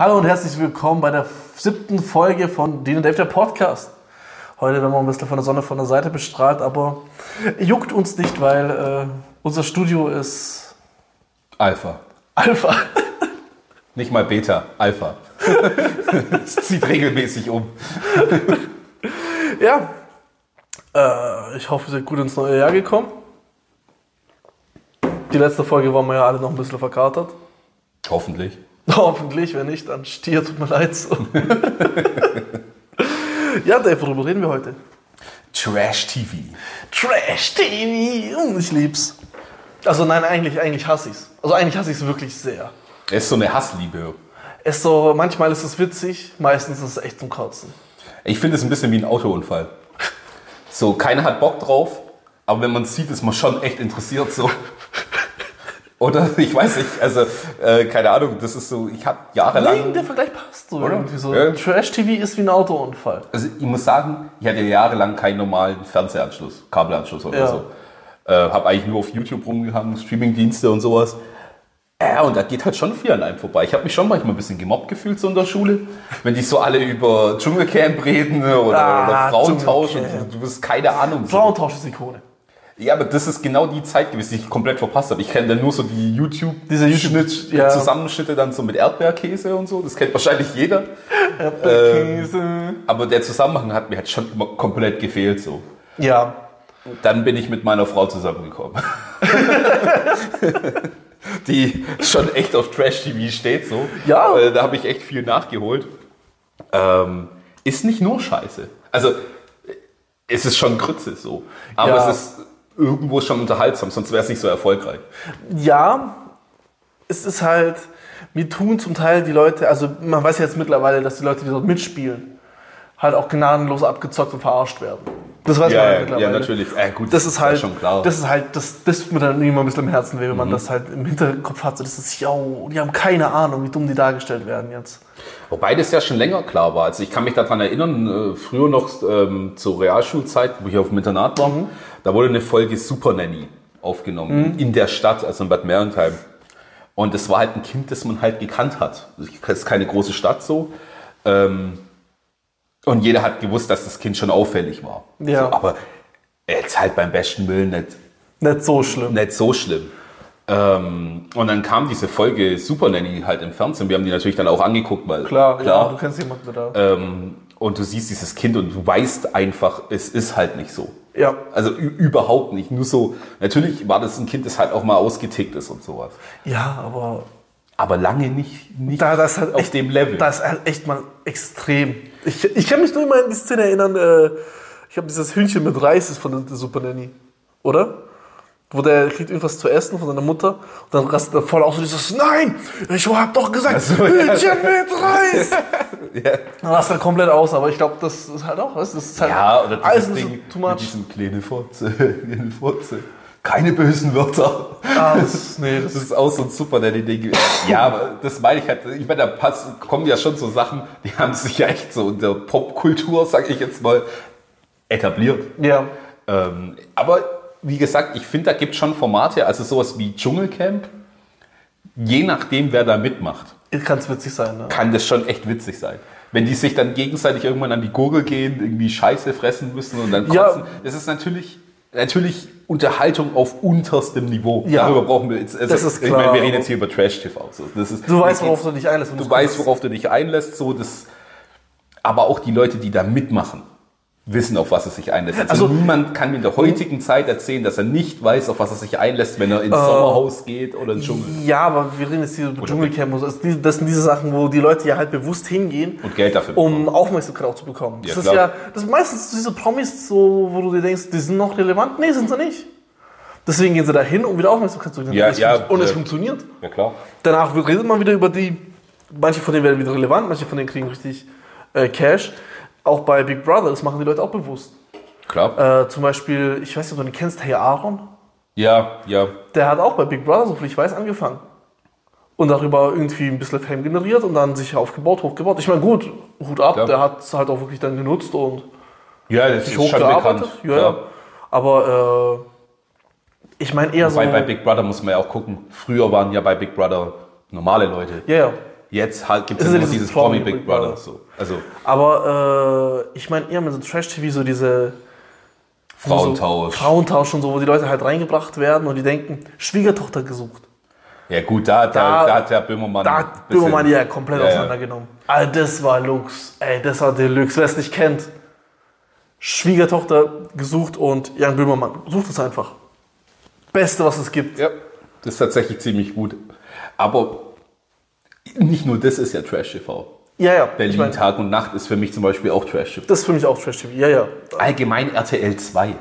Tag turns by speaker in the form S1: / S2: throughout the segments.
S1: Hallo und herzlich willkommen bei der siebten Folge von Dean und Dave, der Podcast. Heute werden wir ein bisschen von der Sonne von der Seite bestrahlt, aber juckt uns nicht, weil äh, unser Studio ist
S2: Alpha.
S1: Alpha.
S2: Nicht mal Beta, Alpha. Es zieht regelmäßig um.
S1: ja. Äh, ich hoffe, ihr seid gut ins neue Jahr gekommen. Die letzte Folge waren wir ja alle noch ein bisschen verkatert.
S2: Hoffentlich.
S1: Hoffentlich, wenn nicht, dann Stier, tut mir leid. So. ja, Dave, worüber reden wir heute?
S2: Trash TV.
S1: Trash TV. Mm, Ich lieb's. Also nein, eigentlich, eigentlich hasse ich's. Also eigentlich hasse ich's wirklich sehr.
S2: Es ist so eine Hassliebe.
S1: Es so, manchmal ist es witzig, meistens ist es echt zum Kotzen.
S2: Ich finde es ein bisschen wie ein Autounfall. So, keiner hat Bock drauf, aber wenn man es sieht, ist man schon echt interessiert so. Oder ich weiß nicht, also äh, keine Ahnung, das ist so, ich habe
S1: Nee,
S2: jahrelang,
S1: der Vergleich passt so
S2: Oder?
S1: irgendwie so.
S2: Ja.
S1: Trash TV ist wie ein Autounfall.
S2: also ich muss sagen, ich hatte jahrelang keinen normalen Fernsehanschluss, Kabelanschluss oder
S1: Ja.
S2: so. Äh, habe eigentlich nur auf YouTube rumgehangen, Streamingdienste und sowas. Ja, und da geht halt schon viel an einem vorbei. Ich habe mich schon manchmal ein bisschen gemobbt gefühlt so in der Schule, wenn die so alle über Dschungelcamp reden ne, oder,
S1: Ah,
S2: oder Frauentausch und
S1: Dschungelcamp.
S2: du bist keine Ahnung. So.
S1: Frauentausch ist Ikone.
S2: Ja, aber das ist genau die Zeit gewesen, die ich komplett verpasst habe. Ich kenne dann nur so die YouTube,
S1: Diese YouTube-
S2: Schnitt-
S1: ja.
S2: Zusammenschnitte dann so mit Erdbeerkäse und so. Das kennt wahrscheinlich jeder. Äh,
S1: Erdbeerkäse.
S2: Aber der Zusammenhang hat mir halt schon immer komplett gefehlt so.
S1: Ja.
S2: Dann bin ich mit meiner Frau zusammengekommen. die schon echt auf Trash-TV steht so.
S1: Ja.
S2: Äh, Da habe ich echt viel nachgeholt. Ähm, ist nicht nur Scheiße. Also, es ist schon Grütze so. Aber
S1: Ja.
S2: es ist irgendwo schon unterhaltsam, sonst wäre es nicht so erfolgreich.
S1: Ja, es ist halt, mir tun zum Teil die Leute, also man weiß ja jetzt mittlerweile, dass die Leute, die dort mitspielen, halt auch gnadenlos abgezockt und verarscht werden. Das weiß man ja mittlerweile.
S2: Äh, gut,
S1: Das ist halt,
S2: schon klar.
S1: das ist halt, das, das tut mir dann immer ein bisschen im Herzen weh, wenn man das halt im Hinterkopf hat. So, das ist, ja, die haben keine Ahnung, wie dumm die dargestellt werden jetzt.
S2: Wobei das ja schon länger klar war. Also ich kann mich daran erinnern, äh, früher noch ähm, zur Realschulzeit, wo ich auf dem Internat war,
S1: Mhm.
S2: da wurde eine Folge Super Nanny aufgenommen in der Stadt, also in Bad Mergentheim. Und das war halt ein Kind, das man halt gekannt hat. Das ist keine große Stadt so. Ähm, und jeder hat gewusst, dass das Kind schon auffällig war.
S1: Ja.
S2: So, aber jetzt halt beim besten Willen nicht
S1: Nicht so schlimm.
S2: nicht so schlimm. Ähm, und dann kam diese Folge Super Nanny halt im Fernsehen. Wir haben die natürlich dann auch angeguckt, weil
S1: Klar, Ja, du kennst jemanden da.
S2: ähm, und du siehst dieses Kind und du weißt einfach, es ist halt nicht so.
S1: ja.
S2: Also ü- überhaupt nicht. Nur so, natürlich war das ein Kind, das halt auch mal ausgetickt ist und sowas.
S1: ja, aber
S2: Aber lange nicht, nicht
S1: Da, das hat
S2: auf
S1: echt-
S2: dem Level.
S1: Das ist halt echt mal extrem. Ich, ich kann mich nur immer an die Szene erinnern, äh, ich habe dieses Hühnchen mit Reis ist von der, der Super Nanny, oder? Wo der kriegt irgendwas zu essen von seiner Mutter und dann rastet er voll aus und dieses Nein, ich hab doch gesagt,
S2: Ach so, ja.
S1: Hühnchen mit Reis!
S2: ja.
S1: Dann rastet er komplett aus, aber ich glaube, das ist halt auch, weißt du, das ist halt
S2: ja, oder
S1: alles
S2: dieses
S1: ein bisschen
S2: Ding
S1: too
S2: mit
S1: much.
S2: diesem kleinen Furze, kleine Furze. Keine bösen Wörter.
S1: Ah, das, nee, das
S2: Das ist auch so ein super Nanny Ding. Ja, aber das meine ich halt. Ich meine, da passen, kommen ja schon so Sachen, die haben sich ja echt so in der Popkultur, sag ich jetzt mal, etabliert.
S1: ja.
S2: Ähm, aber wie gesagt, ich finde, da gibt es schon Formate, also sowas wie Dschungelcamp. Je nachdem, wer da mitmacht,
S1: Kann witzig sein, ne?
S2: kann das schon echt witzig sein. Wenn die sich dann gegenseitig irgendwann an die Gurgel gehen, irgendwie Scheiße fressen müssen und dann
S1: Ja.
S2: kotzen. Das ist natürlich, natürlich Unterhaltung auf unterstem Niveau.
S1: Ja.
S2: Darüber brauchen wir jetzt. Also,
S1: Das ist
S2: Ich meine,
S1: klar.
S2: wir reden jetzt hier über Trash-TV. So. Das ist-
S1: Du weißt,
S2: mir
S1: worauf
S2: geht's-
S1: du dich einlässt. wenn
S2: du
S1: du's
S2: weißt,
S1: guckst.
S2: worauf du dich einlässt. So, das, aber auch die Leute, die da mitmachen, wissen, auf was es sich einlässt. Also,
S1: Also-
S2: niemand kann mir in der heutigen Zeit erzählen, dass er nicht weiß, auf was er sich einlässt, wenn er ins
S1: Äh,
S2: Sommerhaus geht oder ins Dschungel.
S1: Ja, aber wir reden jetzt hier über Dschungelcamp und so. Das sind diese- Das sind diese Sachen, wo die Leute ja halt bewusst hingehen.
S2: Und Geld dafür
S1: Um Aufmerksamkeit auch zu bekommen.
S2: Ja,
S1: das ist
S2: klar.
S1: ja, das sind meistens diese Promis, so, wo du dir denkst, die sind noch relevant. Nee, sind sie nicht. Deswegen gehen sie da hin, um wieder Aufmerksamkeit zu bekommen.
S2: Ja,
S1: und es,
S2: ja, äh,
S1: funkt- und es
S2: ja.
S1: funktioniert.
S2: Ja, klar.
S1: Danach wird- redet man wieder über die. Manche von denen werden wieder relevant, manche von denen kriegen richtig äh, Cash. Auch bei Big Brother, das machen die Leute auch bewusst.
S2: Klar.
S1: Äh, zum Beispiel, ich weiß nicht, ob du den kennst, Hey Aaron.
S2: Ja, ja.
S1: Der hat auch bei Big Brother, so viel ich weiß, angefangen. Und darüber irgendwie ein bisschen Fame generiert und dann sich aufgebaut, hochgebaut. Ich meine, gut, Hut ab,
S2: Ja.
S1: der hat es halt auch wirklich dann genutzt und
S2: Ja, das ist schon bekannt.
S1: hochgearbeitet. Ja, ja. Aber äh, ich meine eher
S2: Bei,
S1: so.
S2: bei Big Brother muss man ja auch gucken. Früher waren ja bei Big Brother normale Leute.
S1: ja, ja.
S2: Jetzt halt gibt
S1: Es
S2: es
S1: ist
S2: nur
S1: ja
S2: dieses,
S1: dieses
S2: Promi
S1: Promi
S2: Big
S1: Big
S2: Brother.
S1: Brother.
S2: So. Also
S1: Aber äh, ich meine eher mit so Trash-TV, so diese
S2: Frauentausch.
S1: So Frauentausch und so, wo die Leute halt reingebracht werden und die denken, Schwiegertochter gesucht.
S2: ja gut, da, da,
S1: Da-
S2: da, hat der Böhmermann
S1: Da
S2: ein
S1: hat Böhmermann die
S2: bisschen-
S1: ja komplett
S2: Ja, ja.
S1: auseinandergenommen. Alter, das war Lux. Ey, das war Deluxe. Wer es nicht kennt, Schwiegertochter gesucht und Jan Böhmermann. Sucht es einfach. Beste, was es gibt.
S2: Ja, das ist tatsächlich ziemlich gut. Aber nicht nur das ist ja Trash-TV.
S1: Ja, ja.
S2: Berlin
S1: Ich mein,
S2: Tag und Nacht ist für mich zum Beispiel auch Trash-TV.
S1: das ist für mich auch Trash-TV. Ja, ja.
S2: Allgemein RTL 2.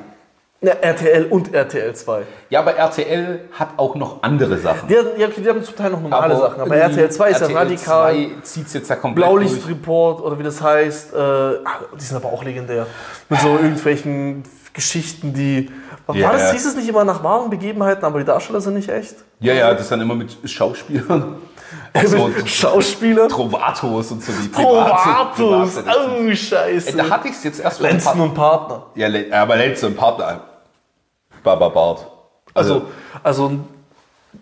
S1: ja. RTL und RTL 2.
S2: Ja, aber RTL hat auch noch andere Sachen.
S1: Die, hatten- ja, die haben zum Teil noch normale Sachen, aber
S2: die
S1: RTL 2 ist ja
S2: RTL
S1: radikal.
S2: 2 zieht's jetzt ja komplett durch.
S1: Blaulichtreport oder wie das heißt, äh, ah, die sind aber auch legendär. Mit so irgendwelchen Geschichten, die. War
S2: Ja.
S1: das, hieß es nicht immer nach wahren Begebenheiten, aber die Darsteller sind nicht echt?
S2: Ja, ja, das ist dann immer mit Schauspielern. Auch so
S1: Schauspieler?
S2: Trovatos und so die
S1: Provatus!
S2: private-
S1: Oh,
S2: Ey,
S1: Scheiße.
S2: Da hatte ich es jetzt erst vor ein
S1: Lenzen
S2: paar-
S1: und Partner.
S2: Ja, Le- aber Lenz und Partner. Baba Bart. Also,
S1: Also, also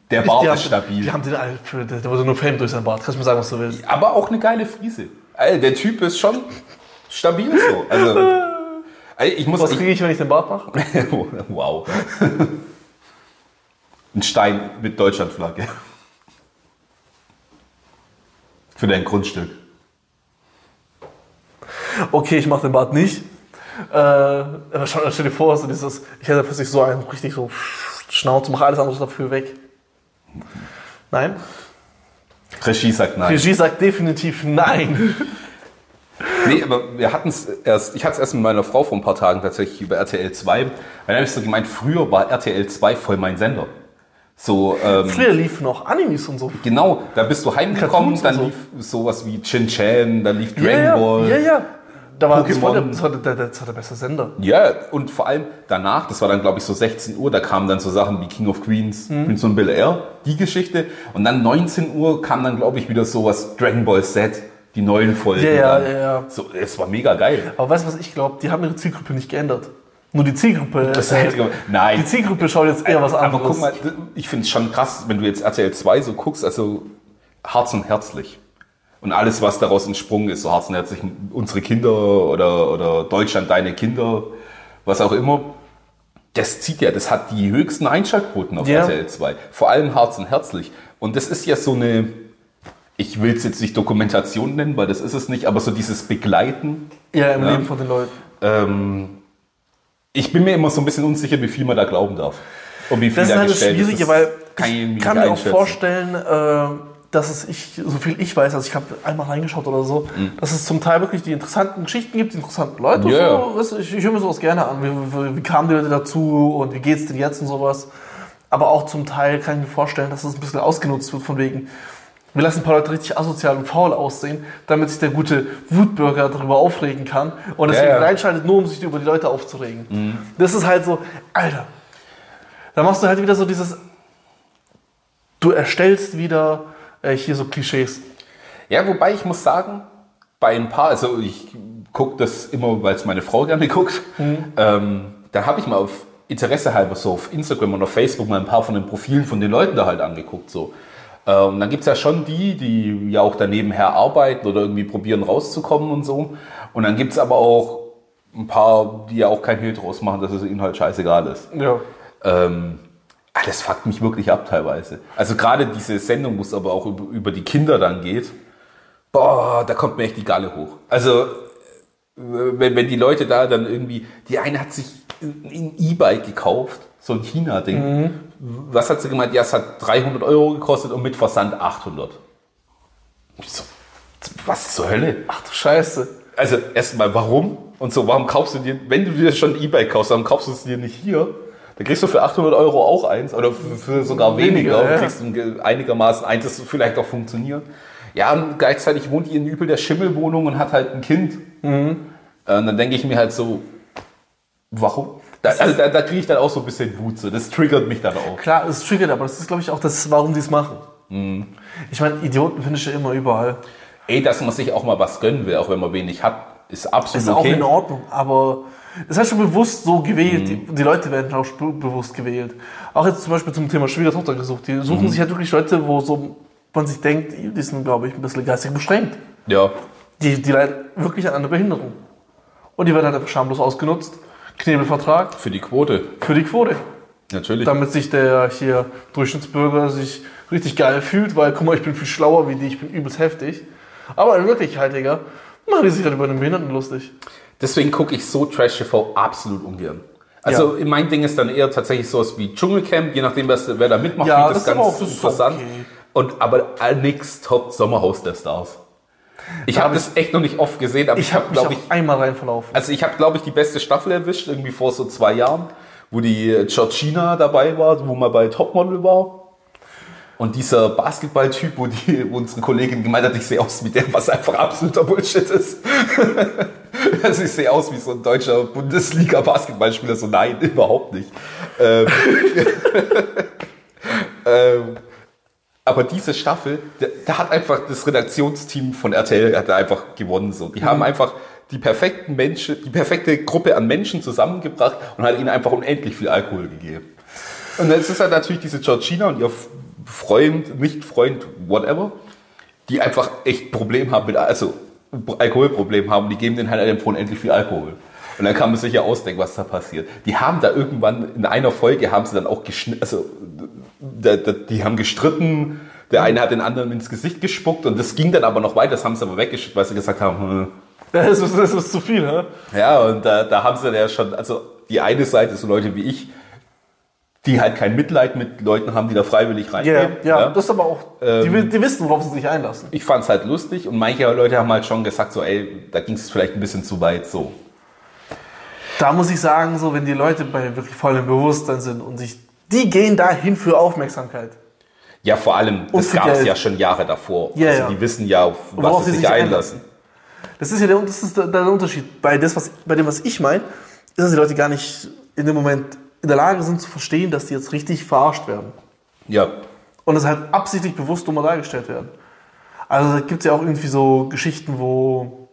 S2: der Bart
S1: die, haben,
S2: ist stabil.
S1: die haben den alle für, der wurde nur Fame durch seinen Bart. Kannst du mir sagen, was du willst?
S2: aber auch eine geile Friese. Ey, der Typ ist schon stabil so. Also, ey, ich muss.
S1: Was
S2: Ich,
S1: kriege ich, wenn ich den Bart mache?
S2: wow. Ein Stein mit Deutschlandflagge. Für dein Grundstück.
S1: okay, ich mache den Bart nicht. Äh, aber stell, stell dir vor, so dieses, ich hätte plötzlich so einen richtig so Schnauze, mache alles andere dafür weg. Nein?
S2: Regie sagt nein.
S1: Regie sagt definitiv nein.
S2: Nee, aber wir hatten es erst, ich hatte es erst mit meiner Frau vor ein paar Tagen tatsächlich über RTL 2. Weil dann habe ich so gemeint, früher war RTL 2 voll mein Sender. So, ähm,
S1: Früher liefen noch Animes und so.
S2: genau, da bist du heimgekommen,
S1: Cartoons und
S2: dann
S1: so.
S2: lief sowas wie Chin Chan, dann lief Dragon
S1: ja,
S2: Ball.
S1: ja, ja, ja. Da war, das,
S2: Pokémon.
S1: war der, das, war der, das war der beste Sender.
S2: Ja, und vor allem danach, das war dann glaube ich so 16 Uhr, da kamen dann so Sachen wie King of Queens,
S1: Mhm.
S2: Prince und Bel Air, die Geschichte. Und dann 19 Uhr kam dann glaube ich wieder sowas Dragon Ball Z, die neuen Folgen.
S1: Ja, ja,
S2: dann.
S1: ja, ja.
S2: So, es war mega geil.
S1: Aber weißt du, was ich glaube? Die haben ihre Zielgruppe nicht geändert. Nur die Zielgruppe.
S2: Das
S1: äh,
S2: hätte- nein. Äh,
S1: Die Zielgruppe schaut jetzt eher was anderes.
S2: Aber guck mal, ich finde es schon krass, wenn du jetzt RTL 2 so guckst, also Herz und Herzlich. Und alles, was daraus entsprungen ist, so Herz und Herzlich, unsere Kinder oder, oder Deutschland, deine Kinder, was auch immer, das zieht ja, das hat die höchsten Einschaltquoten auf
S1: Ja.
S2: RTL 2. Vor allem Herz und Herzlich. Und das ist ja so eine, ich will es jetzt nicht Dokumentation nennen, weil das ist es nicht, aber so dieses Begleiten
S1: Ja, im
S2: Ja.
S1: Leben von den Leuten.
S2: ähm, ich bin mir immer so ein bisschen unsicher, wie viel man da glauben darf. Und wie viel
S1: Das ist
S2: da
S1: halt das
S2: gestellt
S1: Schwierige,
S2: ist.
S1: weil
S2: kann ich
S1: ich
S2: nicht
S1: kann mir auch
S2: einschätzen.
S1: vorstellen, äh, dass es ich, so viel ich weiß, also ich habe einmal reingeschaut oder so, dass es zum Teil wirklich die interessanten Geschichten gibt, die interessanten Leute.
S2: Mhm. Ja,
S1: und so. Weißt du, Ich, ich höre mir sowas gerne an. Wie, wie, wie kamen die Leute dazu und wie geht's denn jetzt und sowas. Aber auch zum Teil kann ich mir vorstellen, dass das ein bisschen ausgenutzt wird von wegen, wir lassen ein paar Leute richtig asozial und faul aussehen, damit sich der gute Wutbürger darüber aufregen kann und deswegen
S2: ja. Mhm.
S1: reinschaltet, nur um sich über die Leute aufzuregen. Das ist halt so, Alter, da machst du halt wieder so dieses. Du erstellst wieder äh, hier so Klischees.
S2: Ja, wobei ich muss sagen, bei ein paar, also ich gucke das immer, weil es meine Frau gerne guckt, ähm, da habe ich mal auf Interesse halber so auf Instagram und auf Facebook mal ein paar von den Profilen von den Leuten da halt angeguckt. So. Ähm, dann gibt es ja schon die, die ja auch daneben her arbeiten oder irgendwie probieren rauszukommen und so. Und dann gibt es aber auch ein paar, die ja auch kein Hehl draus machen, dass es ihnen halt scheißegal ist.
S1: Ja.
S2: Ähm, ah, das fuckt mich wirklich ab teilweise. Also gerade diese Sendung, wo es aber auch über, über die Kinder dann geht, boah, da kommt mir echt die Galle hoch. Also äh, wenn, wenn die Leute da dann irgendwie, die eine hat sich ein E-Bike gekauft, so ein China-Ding. Was hat sie gemeint? Ja, es hat 300 Euro gekostet und mit Versand 800. Ich So, was zur Hölle?
S1: Ach du Scheiße.
S2: Also erstmal, warum? Und so, warum kaufst du dir, wenn du dir schon ein E-Bike kaufst, warum kaufst du es dir nicht hier? Dann kriegst du für 800 Euro auch eins oder für, für sogar weniger.
S1: Weniger, ja.
S2: und kriegst ein ge- einigermaßen eins, das vielleicht auch funktioniert. Ja, und gleichzeitig wohnt ihr in übel der Schimmelwohnung und hat halt ein Kind.
S1: Mhm.
S2: Äh, Und dann denke ich mir halt so, warum? Da, also da, da kriege ich dann auch so ein bisschen Wut. So. Das triggert mich dann auch.
S1: Klar, es triggert, aber das ist, glaube ich, auch das, warum die es machen.
S2: Mhm.
S1: Ich meine, Idioten findest du immer überall.
S2: Ey, dass man sich auch mal was gönnen will, auch wenn man wenig hat, ist absolut
S1: Ist auch
S2: Mhm, okay. Mhm.
S1: in Ordnung, aber es ist halt schon bewusst so gewählt. Die, die Leute werden auch
S2: Mhm.
S1: sp- bewusst gewählt. Auch jetzt zum Beispiel zum Thema Schwiegertochter gesucht. Die suchen sich halt wirklich Leute, wo so man sich denkt, die sind, glaube ich, ein bisschen geistig beschränkt.
S2: Ja.
S1: Die, die leiden wirklich an einer Behinderung. Und die werden halt einfach schamlos ausgenutzt. Knebelvertrag
S2: Für die Quote.
S1: für die Quote.
S2: Natürlich.
S1: Damit sich der hier Durchschnittsbürger sich richtig geil fühlt, weil, guck mal, ich bin viel schlauer wie die, ich bin übelst heftig. Aber in Wirklichkeit, Digga, machen die sich halt über den Behinderten lustig.
S2: Deswegen gucke ich so Trash-TV absolut ungern. Also mein Ding ist dann eher tatsächlich sowas wie Dschungelcamp, je nachdem, wer, wer da mitmacht,
S1: Ja,
S2: find
S1: das ist aber auch- das ist
S2: interessant.
S1: okay.
S2: Und aber nix top Sommerhaus der Stars. Ich habe
S1: hab
S2: das echt noch nicht oft gesehen, aber ich,
S1: Ich
S2: habe,
S1: hab mich
S2: glaube
S1: auch
S2: ich,
S1: einmal rein verlaufen.
S2: also ich habe, glaube ich, die beste Staffel erwischt, irgendwie vor so zwei Jahren, wo die Georgina dabei war, wo man bei Topmodel war. Und dieser Basketballtyp, wo, die, wo unsere Kollegin gemeint hat, ich sehe aus wie der, was einfach absoluter Bullshit ist. also ich sehe aus wie so ein deutscher Bundesliga-Basketballspieler. So nein, überhaupt nicht. Ähm, ähm, aber diese Staffel, da, da hat einfach das Redaktionsteam von RTL hat da einfach gewonnen. So. Die haben einfach die perfekten Menschen, die perfekte Gruppe an Menschen zusammengebracht und hat ihnen einfach unendlich viel Alkohol gegeben. Und jetzt ist halt natürlich diese Georgina und ihr Freund, nicht Freund, whatever, die einfach echt Problem haben mit, also Alkoholproblem haben, die geben denen halt einfach unendlich viel Alkohol. Und dann kann man sich ja ausdenken, was da passiert. Die haben da irgendwann, in einer Folge haben sie dann auch geschnitten, also da, da, die haben gestritten, der eine hat den anderen ins Gesicht gespuckt und das ging dann aber noch weiter, das haben sie aber weggeschickt, weil sie gesagt haben, hm,
S1: Das ist, das ist zu viel, hä?
S2: ja, und da, da haben sie dann ja schon, also die eine Seite, so Leute wie ich, die halt kein Mitleid mit Leuten haben, die da freiwillig
S1: Ja,
S2: reingehen.
S1: ja,
S2: ja.
S1: das ist aber auch. die, wi- die wissen, worauf sie sich einlassen.
S2: Ich fand's halt lustig und manche Leute haben halt schon gesagt, so, ey, da ging's vielleicht ein bisschen zu weit, so.
S1: Da muss ich sagen, so, wenn die Leute bei wirklich vollem Bewusstsein sind und sich. Die gehen dahin für Aufmerksamkeit.
S2: Ja, vor allem, das
S1: für
S2: gab's
S1: Geld.
S2: ja schon Jahre davor.
S1: Ja,
S2: also
S1: ja.
S2: die wissen ja, auf
S1: worauf
S2: was
S1: sie
S2: sie sich
S1: sich
S2: einlassen.
S1: Das ist ja der, das ist der, der Unterschied. Bei, das, was, bei dem, was ich meine, ist, dass die Leute gar nicht in dem Moment in der Lage sind zu verstehen, dass die jetzt richtig verarscht werden.
S2: Ja,
S1: Und das halt absichtlich bewusst dummer dargestellt werden. Also da gibt es ja auch irgendwie so Geschichten, wo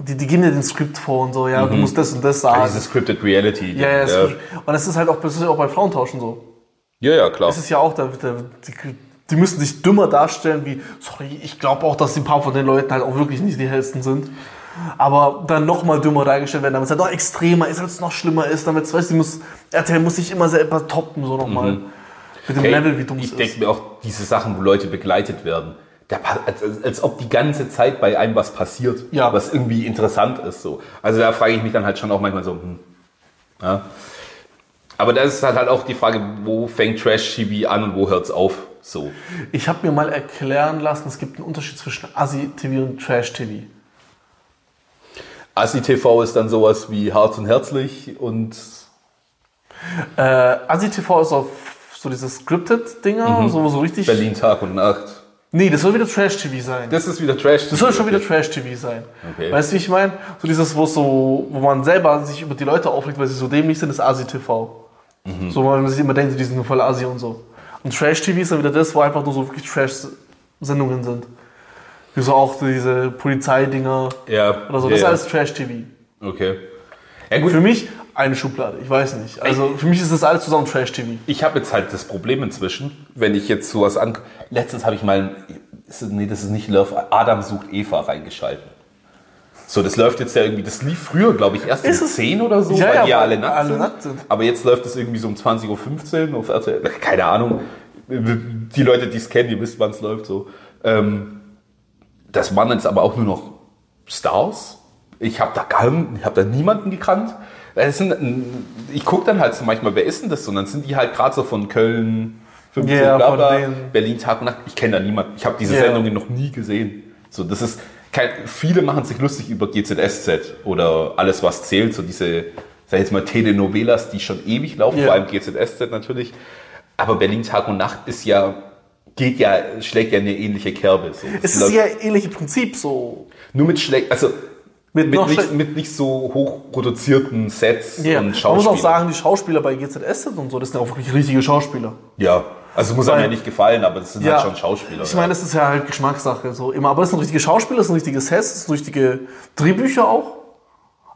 S1: die, die geben dir den Skript vor und so, ja, du musst das und das sagen.
S2: diese Scripted Reality.
S1: Also ja, ja,
S2: ja.
S1: das- Und das ist halt auch, das ist ja auch bei Frauentauschen so.
S2: ja, ja, klar.
S1: Das ist ja auch, da, da, die, die müssen sich dümmer darstellen, wie, sorry, ich glaube auch, dass ein paar von den Leuten halt auch wirklich nicht die hellsten sind. Aber dann nochmal dümmer dargestellt werden, damit es halt noch extremer ist, damit es noch schlimmer ist, damit es, weißt du, die muss, RTL muss sich immer selber toppen, so nochmal. Mit dem
S2: Mhm. Hey,
S1: Level, wie dumm es
S2: ich
S1: ist.
S2: denke mir auch, diese Sachen, wo Leute begleitet werden, da, pa- als, als, als ob die ganze Zeit bei einem was passiert,
S1: Ja.
S2: was irgendwie interessant ist. So. Also da frage ich mich dann halt schon auch manchmal so, hm. ja. Aber das ist halt, halt auch die Frage, wo fängt Trash-TV an und wo hört es auf? So.
S1: Ich habe mir mal erklären lassen, es gibt einen Unterschied zwischen Assi-TV und Trash-TV.
S2: Assi-TV ist dann sowas wie Herz und Herzlich und
S1: Äh, Assi-TV ist auf so diese Scripted-Dinger, so, so richtig.
S2: Mhm. Berlin Tag und Nacht.
S1: Nee, das soll wieder Trash-TV sein.
S2: Das ist wieder Trash.
S1: Das soll schon wieder Trash-TV sein.
S2: Okay.
S1: Weißt du, wie ich meine? So dieses, wo, es so, wo man selber sich über die Leute aufregt, weil sie so dämlich sind, ist Asi-TV.
S2: Mhm.
S1: So, weil man sich immer denkt, die sind nur voll Asi und so. Und Trash-TV ist dann wieder das, wo einfach nur so wirklich Trash-Sendungen sind. Wie so auch diese Polizeidinger
S2: Ja.
S1: oder so.
S2: ja,
S1: Das ist
S2: ja.
S1: alles Trash-TV.
S2: Okay. Ja, gut,
S1: Für mich eine Schublade, ich weiß nicht. Also für mich ist das alles zusammen Trash-TV.
S2: ich habe jetzt halt das Problem inzwischen, wenn ich jetzt sowas an. Letztens habe ich mal, ist, es- nee, das ist nicht Love, Adam sucht Eva reingeschalten. So, das läuft jetzt ja irgendwie, das lief früher, glaube ich, erst
S1: Ist
S2: um
S1: es-
S2: 10 oder so,
S1: Ja,
S2: weil
S1: ja,
S2: die ja
S1: weil
S2: alle nackt,
S1: alle
S2: sind.
S1: nackt sind.
S2: Aber jetzt läuft es irgendwie so um 20.15 Uhr auf RTL. Keine Ahnung. Die Leute, die es kennen, die wissen, wann es läuft. So. Ähm, das waren jetzt aber auch nur noch Stars. Ich habe da, gar- ich hab da niemanden gekannt. Das sind, ich gucke dann halt so manchmal, wer ist denn das? Und dann sind die halt gerade so von Köln, 15,
S1: Ja,
S2: bla,
S1: von
S2: bla,
S1: denen.
S2: Berlin Tag und Nacht. Ich kenne da niemanden. Ich habe diese
S1: Ja.
S2: Sendungen noch nie gesehen. So, das ist kein, viele machen sich lustig über GZSZ oder alles, was zählt. So diese, sag ich jetzt mal, Telenovelas, die schon ewig laufen,
S1: Ja.
S2: vor allem GZSZ natürlich. Aber Berlin Tag und Nacht ist ja, geht ja, schlägt ja eine ähnliche Kerbe. So.
S1: Es
S2: läuft-
S1: ist ja ähnliches Prinzip so.
S2: nur mit schlecht, also mit,
S1: noch
S2: nicht,
S1: schle-
S2: mit nicht so hoch produzierten Sets
S1: Ja. Man
S2: und
S1: muss
S2: Schauspielern.
S1: auch sagen, die Schauspieler bei GZS und so, das sind auch wirklich richtige Schauspieler.
S2: Ja, also muss einem
S1: Weil-
S2: ja nicht gefallen, aber das sind
S1: Ja.
S2: halt schon Schauspieler.
S1: Ich meine, das ist ja halt Geschmackssache so immer. Aber es sind richtige Schauspieler, es sind richtige Sets, es sind richtige Drehbücher auch.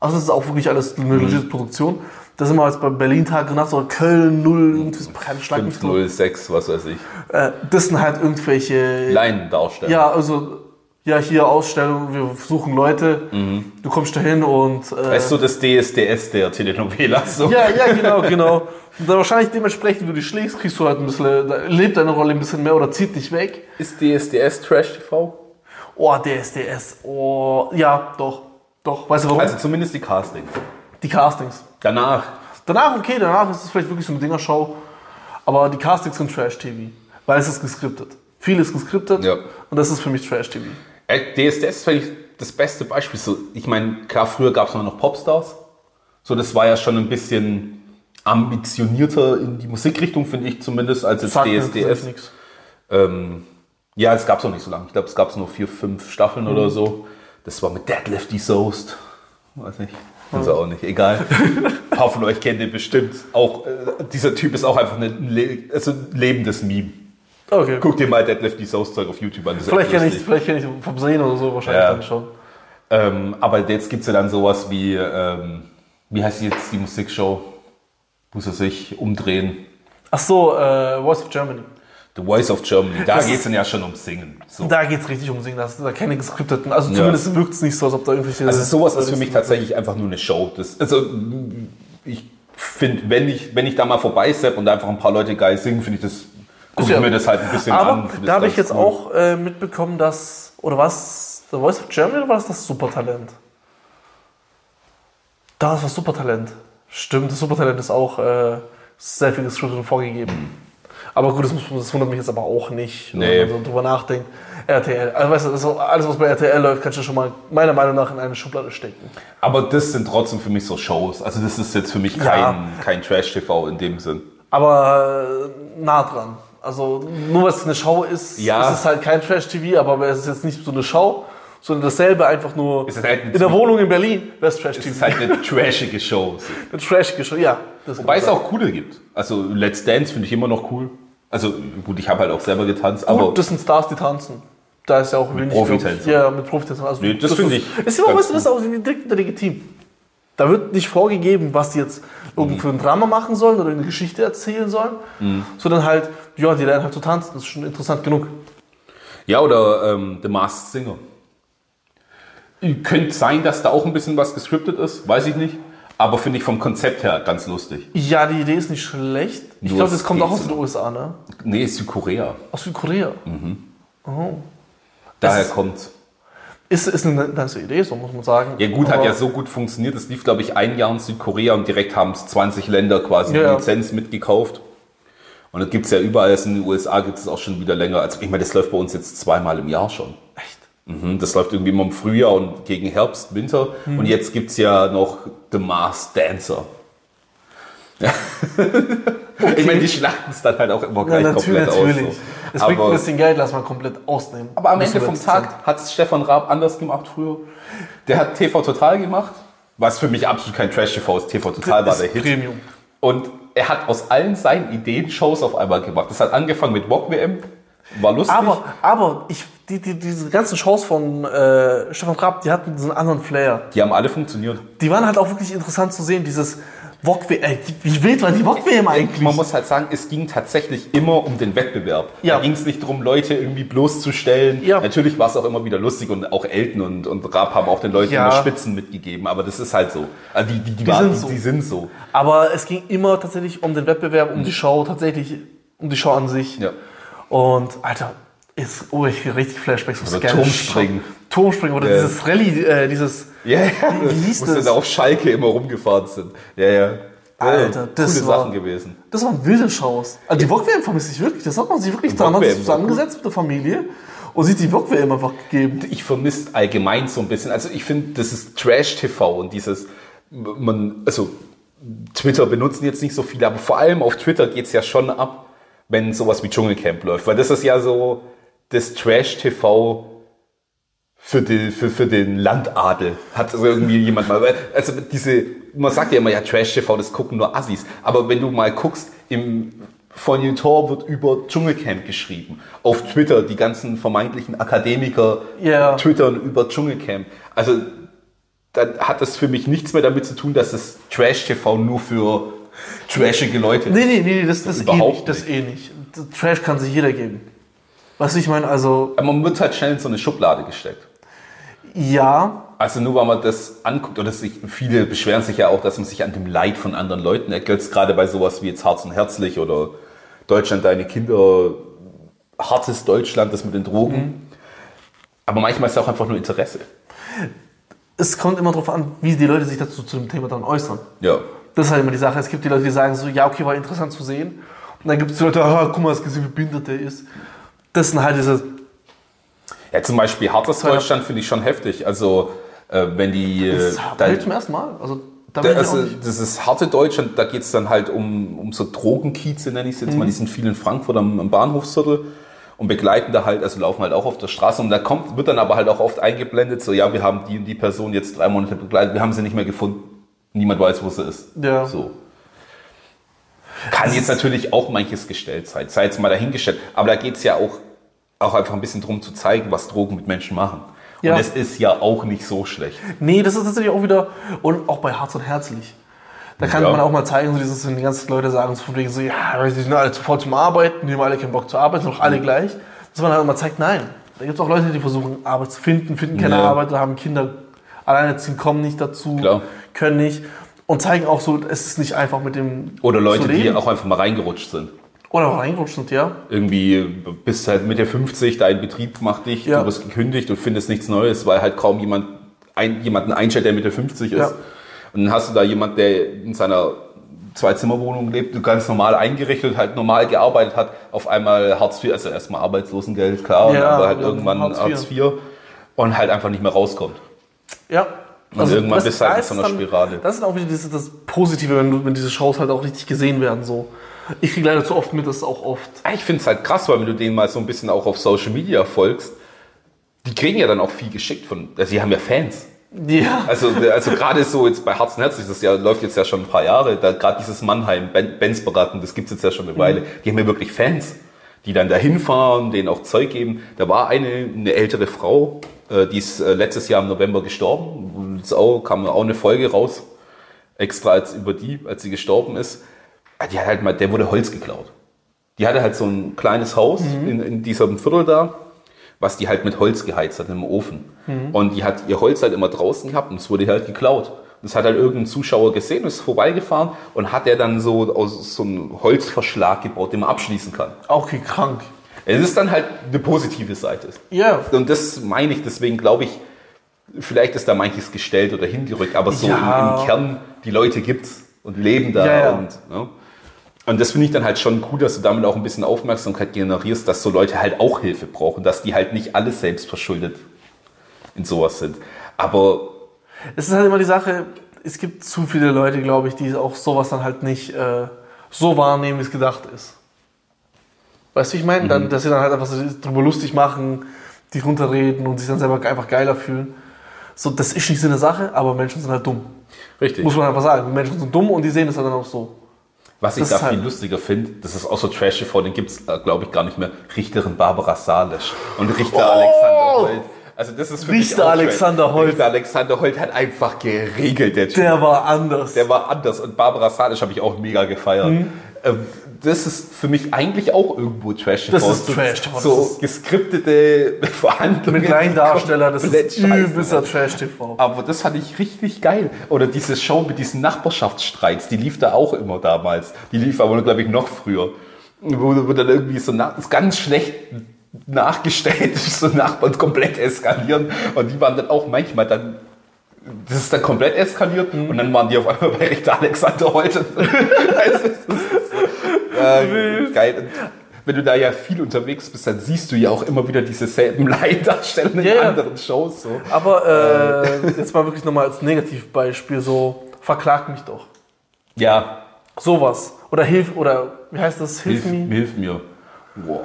S1: Also das ist auch wirklich alles eine legit Produktion. Da sind wir jetzt bei Berlin Tag und Nacht oder Köln 0, irgendwie keine Schlag mich tot.
S2: 506, was weiß ich.
S1: Äh, Das sind halt irgendwelche.
S2: Laiendarsteller.
S1: Ja, also, ja, hier Ausstellung, wir suchen Leute, du kommst da hin und. Äh,
S2: Weißt du, das DSDS der Telenovelas? So.
S1: Ja, ja, genau, genau. Und dann wahrscheinlich dementsprechend, wie du dich schlägst, kriegst du halt ein bisschen, da lebt deine Rolle ein bisschen mehr oder zieht dich weg.
S2: Ist DSDS Trash TV?
S1: Oh, DSDS, oh, ja, doch, doch. Weißt du warum?
S2: Also zumindest die Castings.
S1: die Castings.
S2: Danach,
S1: Danach, okay, danach ist es vielleicht wirklich so eine Dingershow, aber die Castings sind Trash-TV, weil es ist geskriptet. Viel ist geskriptet
S2: Ja.
S1: und das ist für mich Trash-TV.
S2: Äh, DSDS ist eigentlich das beste Beispiel. So, ich meine, klar, früher gab es noch Popstars. So, das war ja schon ein bisschen ambitionierter in die Musikrichtung, finde ich zumindest, als jetzt
S1: Sagt mir tatsächlich
S2: DSDS.
S1: nichts.
S2: Ähm, ja, das gab es noch nicht so lange. Ich glaube, es gab nur vier, fünf Staffeln
S1: Mhm.
S2: oder so. Das war mit Deadlifty Soast. Weiß nicht. Kannst du auch nicht. Egal. Ein paar von euch kennen den bestimmt. Auch, äh, dieser Typ ist auch einfach eine, le- also ein lebendes Meme.
S1: Okay,
S2: Guck dir mal Deadlifty Soast Zeug auf YouTube an. Das ist
S1: Vielleicht
S2: echt
S1: kenne ich
S2: lustig.
S1: vielleicht kenne ich vom Sehen oder so wahrscheinlich
S2: Ja.
S1: dann schon.
S2: Ähm, aber jetzt gibt es ja dann sowas wie, ähm, wie heißt jetzt die Musikshow? Muss er sich umdrehen.
S1: Ach so, äh, Voice of Germany.
S2: The Voice of Germany. Da
S1: Das
S2: geht es
S1: ist-
S2: dann ja schon um Singen. So.
S1: Da geht's richtig um Singen, das sind da keine geskripteten. Also zumindest wirkt's nicht so, als ob da irgendwelche.
S2: Also sowas ist für mich tatsächlich einfach nur eine Show. Das, also ich finde, wenn ich, wenn ich da mal vorbeisteppe und einfach ein paar Leute geil singen, finde ich das, gucke ich
S1: ja-
S2: mir das halt ein bisschen an.
S1: Aber
S2: find
S1: da
S2: das
S1: habe
S2: ganz
S1: ich jetzt
S2: cool.
S1: auch äh, mitbekommen, dass. Oder was? The Voice of Germany oder war das das Supertalent? Da ist was Supertalent. Stimmt, das Supertalent ist auch äh, sehr viel Description vorgegeben. Aber gut, das, muss, das wundert mich jetzt aber auch nicht,
S2: Nee.
S1: wenn man so drüber nachdenkt. RTL. Also, weißt du, das ist so, alles, was bei RTL läuft, kannst du schon mal meiner Meinung nach in eine Schublade stecken.
S2: Aber das sind trotzdem für mich so Shows. Also das ist jetzt für mich kein, kein Trash-TV in dem Sinn.
S1: Aber äh, nah dran. Also nur weil es eine Schau ist,
S2: Ja.
S1: ist es halt kein Trash-TV, aber es ist jetzt nicht so eine Schau, sondern dasselbe einfach nur
S2: Es ist halt ein-
S1: in der Wohnung in Berlin wäre es Trash-TV.
S2: Das ist halt eine trashige Show. So.
S1: Eine Trash-Geschichte, ja. Das
S2: Wobei
S1: kann
S2: es
S1: man
S2: auch coole gibt. Also Let's Dance finde ich immer noch cool. Also gut, ich habe halt auch selber getanzt,
S1: sagen.
S2: aber
S1: Gut, das sind Stars, die tanzen. Da ist ja auch wenig.
S2: Profitänzern.
S1: Ja, mit Profitänzern. Also,
S2: Nee, das finde
S1: ist-
S2: ich
S1: Ist immer,
S2: ganz
S1: weißt du, das ist auch direkt unter legitim. Da wird nicht vorgegeben, was die jetzt
S2: Mhm.
S1: irgendwie für ein Drama machen sollen oder eine Geschichte erzählen sollen, sondern halt, ja, die lernen halt zu tanzen. Das ist schon interessant genug.
S2: ja oder ähm, The Masked Singer. Könnte sein, dass da auch ein bisschen was gescriptet ist, weiß ich nicht. Aber finde ich vom Konzept her ganz lustig.
S1: Ja, die Idee ist nicht schlecht. Ich
S2: Nur
S1: glaube, das
S2: es
S1: kommt auch
S2: geht
S1: aus den USA, ne?
S2: Nee, ist Südkorea.
S1: Aus Südkorea.
S2: Daher
S1: Es-
S2: kommt's.
S1: Ist, ist eine nice Idee, so muss man sagen.
S2: Ja gut, hat
S1: Aber-
S2: ja so gut funktioniert. Es lief, glaube ich, ein Jahr in Südkorea und direkt haben es 20 Länder quasi
S1: Ja, ja.
S2: die Lizenz mitgekauft. Und das gibt es ja überall. Also In den USA gibt es auch schon wieder länger. Also ich meine, das läuft bei uns jetzt zweimal im Jahr schon.
S1: Echt?
S2: Mhm, das läuft irgendwie immer im Frühjahr und gegen Herbst, Winter.
S1: Mhm.
S2: Und jetzt gibt es ja noch The Mars Dancer. Ich meine, die schlachten es dann halt auch immer
S1: Ja,
S2: gleich
S1: natürlich,
S2: komplett
S1: natürlich.
S2: aus. So.
S1: Es bringt ein
S2: Aber,
S1: bisschen Geld, lass mal komplett ausnehmen.
S2: aber am
S1: Müssen
S2: Ende
S1: wir
S2: vom
S1: jetzt sagen.
S2: Tag hat es Stefan Raab anders gemacht früher. Der hat TV Total gemacht, was für mich absolut kein Trash-TV ist. TV Total war
S1: Das
S2: der
S1: ist
S2: Hit.
S1: Premium.
S2: Und er hat aus allen seinen Ideen Shows auf einmal gemacht. Das hat angefangen mit Walk WM, war lustig.
S1: Aber, aber ich, die, die, diese ganzen Shows von äh, Stefan Raab, die hatten so einen anderen Flair.
S2: die haben alle funktioniert.
S1: Die waren halt auch wirklich interessant zu sehen, dieses Wok äh, Wie wild war die Wok WM eigentlich?
S2: Man muss halt sagen, es ging tatsächlich immer um den Wettbewerb.
S1: Ja.
S2: Da ging es nicht darum, Leute irgendwie bloßzustellen.
S1: Ja.
S2: Natürlich war es auch immer wieder lustig und auch Elton und, und Raab haben auch den Leuten
S1: Ja.
S2: immer Spitzen mitgegeben, aber das ist halt so. Also die, die, die,
S1: sind so.
S2: die sind so.
S1: Aber es ging immer tatsächlich um den Wettbewerb, um die Show, tatsächlich um die Show an sich.
S2: Mhm. Ja.
S1: Und Alter, ist, oh, ich krieg richtig Flashbacks.
S2: Oder Also Turmspringen.
S1: Scho- Turmspringen oder
S2: Ja.
S1: dieses Rallye, äh, dieses.
S2: Ja, ja.
S1: Wie hieß
S2: Wo sie
S1: das?
S2: da auf Schalke immer rumgefahren sind. Ja, ja.
S1: Alter, das
S2: Coole
S1: war-
S2: Sachen gewesen.
S1: Das waren wilde Shows. Also die Wok-WM vermisse ich wirklich. Das hat man sich wirklich dran, hat sich
S2: Wok-WM war
S1: zusammengesetzt mit der Familie und sich die Wok-WM einfach gegeben.
S2: ich vermisse allgemein so ein bisschen. Also ich finde, das ist Trash-TV und dieses, man, also Twitter benutzen jetzt nicht so viele, aber vor allem auf Twitter geht es ja schon ab, wenn sowas wie Dschungelcamp läuft, weil das ist ja so das Trash-TV für, die, für, für den Landadel, hat also irgendwie jemand mal. weil- Also diese, man sagt ja immer, ja, Trash-TV, das gucken nur Assis. Aber wenn du mal guckst, im Feuilleton wird über Dschungelcamp geschrieben. Auf Twitter, die ganzen vermeintlichen Akademiker
S1: Ja.
S2: twittern über Dschungelcamp. Also dann hat das für mich nichts mehr damit zu tun, dass das Trash-TV nur für trashige Leute ist.
S1: Nee, nee, nee, nee, das, das, eh
S2: Überhaupt
S1: nicht, das eh nicht. Das Trash kann sich jeder geben. Was ich meine, also
S2: Aber Man wird halt schnell in so eine Schublade gesteckt.
S1: ja,
S2: Also nur weil man das anguckt oder sich, viele beschweren sich ja auch, dass man sich an dem Leid von anderen Leuten ergötzt, gerade bei sowas wie jetzt Harz und Herzlich oder Deutschland deine Kinder, hartes Deutschland, das mit den Drogen. Aber manchmal ist es auch einfach nur Interesse.
S1: es kommt immer darauf an, wie die Leute sich dazu zu dem Thema dann äußern.
S2: Ja.
S1: Das ist halt immer die Sache. Es gibt die Leute, die sagen so, ja, okay, war interessant zu sehen. Und dann gibt es die Leute, ah, guck mal, hast gesehen, wie behindert der ist. Das sind halt diese,
S2: Ja, zum Beispiel hartes
S1: Zweiter-
S2: Deutschland finde ich schon heftig. Also äh, wenn die... äh,
S1: das
S2: da-
S1: habe ich zum ersten Mal. Also, da
S2: Da,
S1: bin ich auch
S2: also,
S1: nicht.
S2: das ist harte Deutschland, da geht es dann halt um, um so Drogenkieze, nenne ich es jetzt mal.
S1: Mhm.
S2: Die sind viel in Frankfurt am, am Bahnhofsviertel und begleiten da halt, also laufen halt auch auf der Straße und da kommt, wird dann aber halt auch oft eingeblendet, so, ja, wir haben die und die Person jetzt drei Monate begleitet, wir haben sie nicht mehr gefunden. Niemand weiß, wo sie ist.
S1: Ja.
S2: So. Kann jetzt natürlich auch manches gestellt sein, sei jetzt mal dahingestellt, aber da geht es ja auch, auch einfach ein bisschen drum zu zeigen, was Drogen mit Menschen machen.
S1: Ja.
S2: Und es ist ja auch nicht so schlecht.
S1: Nee, das ist tatsächlich auch wieder, und auch bei Herz und Herzlich. Da kann
S2: Ja.
S1: man auch mal zeigen, so dieses, wenn die ganzen Leute sagen, so von wegen so, ja, die sind alle zu voll zum Arbeiten, die haben alle keinen Bock zu arbeiten, sind doch
S2: Mhm.
S1: alle gleich. Dass man halt auch mal zeigt, nein. Da gibt es auch Leute, die versuchen, Arbeit zu finden, finden keine
S2: Ja.
S1: Arbeit, haben Kinder, alleinerziehend kommen nicht dazu,
S2: Klar.
S1: können nicht. Und zeigen auch so, es ist nicht einfach mit dem
S2: Oder Leute,
S1: zu
S2: die
S1: leben.
S2: auch einfach mal reingerutscht sind.
S1: Oder auch reingerutscht sind, ja.
S2: irgendwie bist halt Mitte 50, dein Betrieb macht dich,
S1: Ja.
S2: du wirst gekündigt und findest nichts Neues, weil halt kaum jemand ein, jemanden einstellt, der Mitte 50 ist.
S1: Ja.
S2: Und dann hast du da jemand, der in seiner Zwei-Zimmer-Wohnung lebt, ganz normal eingerichtet, halt normal gearbeitet hat, auf einmal Hartz IV, also erstmal Arbeitslosengeld, klar,
S1: Ja,
S2: und dann halt
S1: ja,
S2: irgendwann
S1: Hartz
S2: Hartz
S1: IV.
S2: IV. und halt einfach nicht mehr rauskommt.
S1: Ja. Also
S2: irgendwann
S1: das-
S2: bist du halt
S1: da
S2: in
S1: ist
S2: so einer
S1: dann-
S2: Spirale.
S1: Das ist auch wieder dieses, das Positive, wenn, du- wenn diese Shows halt auch richtig gesehen werden. So. Ich kriege leider zu oft mit, das ist auch oft.
S2: Ah, Ich finde es halt krass, weil wenn du denen mal so ein bisschen auch auf Social Media folgst, die kriegen ja dann auch viel geschickt von, also die haben ja Fans.
S1: Ja.
S2: Also, also gerade so jetzt bei Herz und Herzlich, das ja, läuft jetzt ja schon ein paar Jahre, da gerade dieses Mannheim, ben, Benz beraten, das gibt's jetzt ja schon eine Weile, die haben ja wirklich Fans, die dann da hinfahren, denen auch Zeug geben. Da war eine, eine ältere Frau, äh, die ist äh, letztes Jahr im November gestorben, jetzt auch, kam auch eine Folge raus, extra als über die, als sie gestorben ist. Ah, Die hat halt mal, der wurde Holz geklaut. Die hatte halt so ein kleines Haus in, in diesem Viertel da was die halt mit Holz geheizt hat im Ofen. Und die hat ihr Holz halt immer draußen gehabt und es wurde halt geklaut. Und Das hat halt irgendein Zuschauer gesehen, ist vorbeigefahren und hat er dann so aus so einem Holzverschlag gebaut, den man abschließen kann.
S1: Auch okay, krank.
S2: Es ist dann halt eine positive Seite.
S1: Ja.
S2: Und das meine ich, deswegen glaube ich, vielleicht ist da manches gestellt oder hingerückt, aber so
S1: Ja.
S2: im, im Kern, die Leute gibt's und leben da.
S1: Ja, ja.
S2: Und, ne? und das finde ich dann halt schon cool, dass du damit auch ein bisschen Aufmerksamkeit generierst, dass so Leute halt auch Hilfe brauchen, dass die halt nicht alles selbst verschuldet in sowas sind. Aber
S1: Es ist halt immer die Sache, es gibt zu viele Leute, glaube ich, die auch sowas dann halt nicht äh, so wahrnehmen, wie es gedacht ist. Weißt du, wie ich meine?
S2: Mhm.
S1: Dann, dass sie dann halt einfach so drüber lustig machen, die runterreden und sich dann selber einfach geiler fühlen. So, das ist nicht Sinn der Sache, aber Menschen sind halt dumm.
S2: richtig.
S1: Muss man einfach sagen. Die Menschen sind dumm und die sehen es dann auch so.
S2: Was ich
S1: Das
S2: da
S1: ist halt-
S2: viel lustiger finde, das ist auch so trashy vor, den gibt's äh, glaube ich, gar nicht mehr. Richterin Barbara Salisch und Richter Alexander Holt. Also das ist für mich
S1: Oh! Richter
S2: auch
S1: Alexander
S2: trash.
S1: Holt.
S2: Richter Alexander Holt hat einfach geregelt, der Typ.
S1: Der war anders.
S2: Der war anders und Barbara Salisch habe ich auch mega gefeiert.
S1: Mhm.
S2: Ähm, Das ist für mich eigentlich auch irgendwo Trash.
S1: Das
S2: TV.
S1: ist
S2: so,
S1: Trash, aber das
S2: So
S1: ist-
S2: geskriptete Verhandlungen.
S1: Mit kleinen Darsteller, das
S2: Komplett
S1: ist
S2: scheiße.
S1: übelster Trash-TV.
S2: Aber das fand ich richtig geil. Oder diese Show mit diesen Nachbarschaftsstreits, die lief da auch immer damals. Die lief aber, glaube ich, noch früher. Wo, wo dann irgendwie so nach, ganz schlecht nachgestellt ist, so Nachbarn komplett eskalieren. Und die waren dann auch manchmal dann. Das ist dann komplett eskaliert
S1: Mhm.
S2: und dann waren die auf einmal bei Richter Alexander heute. das ist, das ist, äh, geil. Und wenn du da ja viel unterwegs bist, dann siehst du ja auch immer wieder diese selben Laiendarsteller in
S1: Ja, ja.
S2: anderen Shows. So.
S1: Aber äh, jetzt mal wirklich nochmal als Negativbeispiel so, verklag mich doch.
S2: Ja,
S1: Sowas. Oder hilf, oder wie heißt das? Hilf,
S2: Hilf,
S1: mir.
S2: hilf mir. Wow.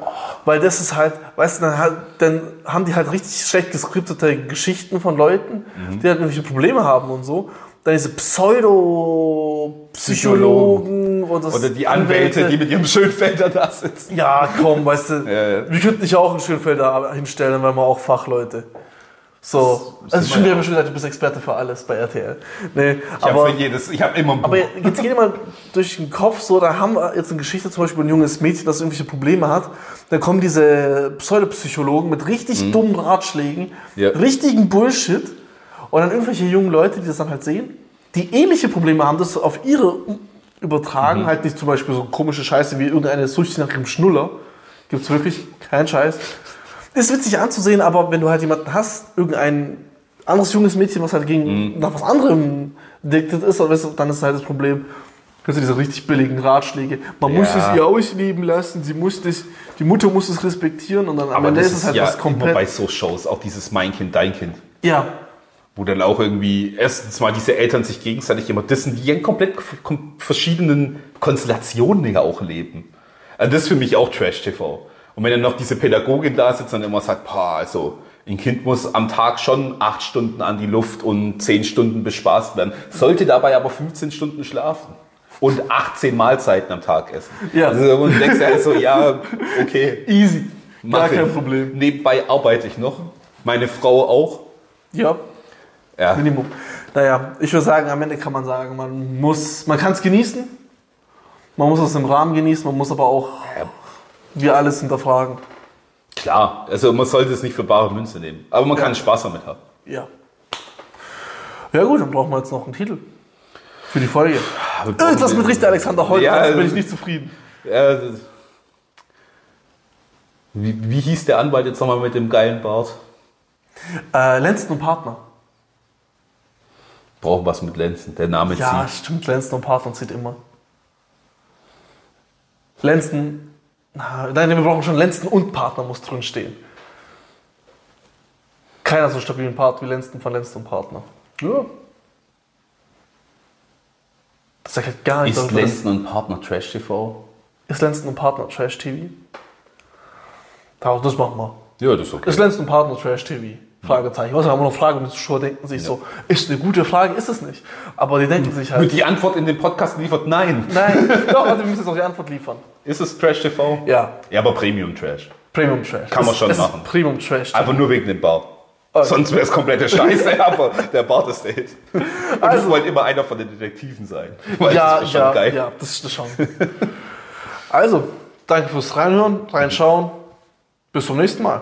S1: Weil das ist halt, weißt du, dann, halt, dann haben die halt richtig schlecht geskriptete Geschichten von Leuten, die halt irgendwelche Probleme haben und so. Dann diese Pseudo-Psychologen und das
S2: Oder die Anwälte, die mit ihrem Schönfelder da sitzen.
S1: Ja, komm, weißt du,
S2: Ja, ja.
S1: wir könnten dich auch in Schönfelder hinstellen, weil wir auch Fachleute. So,
S2: Das- das
S1: also
S2: sieht
S1: schon,
S2: man
S1: wir
S2: ja
S1: haben schon gesagt, du bist Experte für alles bei RTL. Nee,
S2: Ich
S1: aber,
S2: habe für jedes, ich habe immer ein Buch.
S1: aber jetzt geht mal durch den Kopf so, da haben wir jetzt eine Geschichte zum Beispiel über ein junges Mädchen, das irgendwelche Probleme hat. Da kommen diese Pseudopsychologen mit richtig dummen Ratschlägen,
S2: Mhm. Ja.
S1: richtigen Bullshit und dann irgendwelche jungen Leute, die das dann halt sehen, die ähnliche Probleme haben, das auf ihre übertragen,
S2: Mhm.
S1: halt nicht zum Beispiel so komische Scheiße wie irgendeine Sucht nach dem Schnuller. Gibt's wirklich keinen Scheiß. Ist witzig anzusehen, aber wenn du halt jemanden hast, irgendein anderes junges Mädchen, was halt gegen
S2: Mhm.
S1: nach was anderem addicted ist, dann weißt du, dann ist halt das Problem. Hörst du diese richtig billigen Ratschläge? Man muss es
S2: Ja.
S1: ihr ausleben lassen, sie muss dich, die Mutter muss es respektieren und dann am
S2: Aber
S1: Ende
S2: das
S1: ist es halt
S2: ja
S1: was
S2: immer bei
S1: komplett.
S2: so Shows, auch dieses Mein Kind, Dein Kind.
S1: Ja,
S2: Wo dann auch irgendwie erstens mal diese Eltern sich gegenseitig immer dissen, die in komplett kom verschiedenen Konstellationen ja auch leben. Also das ist für mich auch Trash-TV. Und wenn dann noch diese Pädagogin da sitzt und immer sagt, "Pah, also ein Kind muss am Tag schon acht Stunden an die Luft und zehn Stunden bespaßt werden, sollte dabei aber 15 Stunden schlafen. Und 18 Mahlzeiten am Tag essen.
S1: Ja.
S2: Also, und du denkst du halt so, ja, okay.
S1: easy. Gar
S2: Mach
S1: kein
S2: ich.
S1: Problem.
S2: Nebenbei arbeite ich noch. Meine Frau auch.
S1: Ja,
S2: Ja.
S1: Minimum. Naja, ich würde sagen, am Ende kann man sagen, man muss, man kann es genießen, man muss es im Rahmen genießen, man muss aber auch wir alles hinterfragen.
S2: Klar, also man sollte es nicht für bare Münze nehmen. Aber man kann Spaß damit haben.
S1: Ja. Ja gut, dann brauchen wir jetzt noch einen Titel für die Folge.
S2: Ah,
S1: Irgendwas mit Richter Alexander Holt,
S2: Ja,
S1: sonst bin
S2: also-
S1: ich nicht zufrieden.
S2: Ja, das ist- wie, wie hieß der Anwalt jetzt nochmal mit dem geilen Bart?
S1: Äh, Lenzen und Partner.
S2: Brauchen was mit Lenzen. Der Name
S1: Ja,
S2: zieht.
S1: stimmt, Lenzen und Partner zieht immer. Lenzen, na, nein, wir brauchen schon Lenzen und Partner muss drin stehen. Keiner so stabilen Part wie Lenzen von Lenzen und Partner.
S2: Ja.
S1: Das sagt halt gar nichts.
S2: Ist
S1: darüber, dass-
S2: Lenzen und Partner Trash TV?
S1: ist Lenzen und Partner Trash TV? Ja, Das machen wir.
S2: Ja, das ist okay.
S1: Ist Lenz ein Partner Trash TV? Fragezeichen. Was haben wir noch Fragen? Die Zuschauer denken sich so, ist eine gute Frage, ist es nicht. Aber die denken sich
S2: Wird
S1: halt,
S2: die Antwort in dem Podcast geliefert? Nein.
S1: nein, doch, also wir müssen jetzt auch die Antwort liefern.
S2: Ist es Trash TV?
S1: Ja,
S2: Ja, aber Premium Trash.
S1: Premium Trash.
S2: Kann man
S1: Es-
S2: schon
S1: es ist
S2: machen. Also
S1: Premium Trash.
S2: Einfach nur wegen dem Bart. Sonst wäre es komplette Scheiße, aber der Bart ist dead. Und
S1: Also-
S2: ich wollte immer einer von den Detektiven sein. Weil
S1: ja,
S2: das ist schon
S1: ja,
S2: geil.
S1: ja, das ist schon. also, danke fürs Reinhören, Reinschauen. Bis zum nächsten Mal.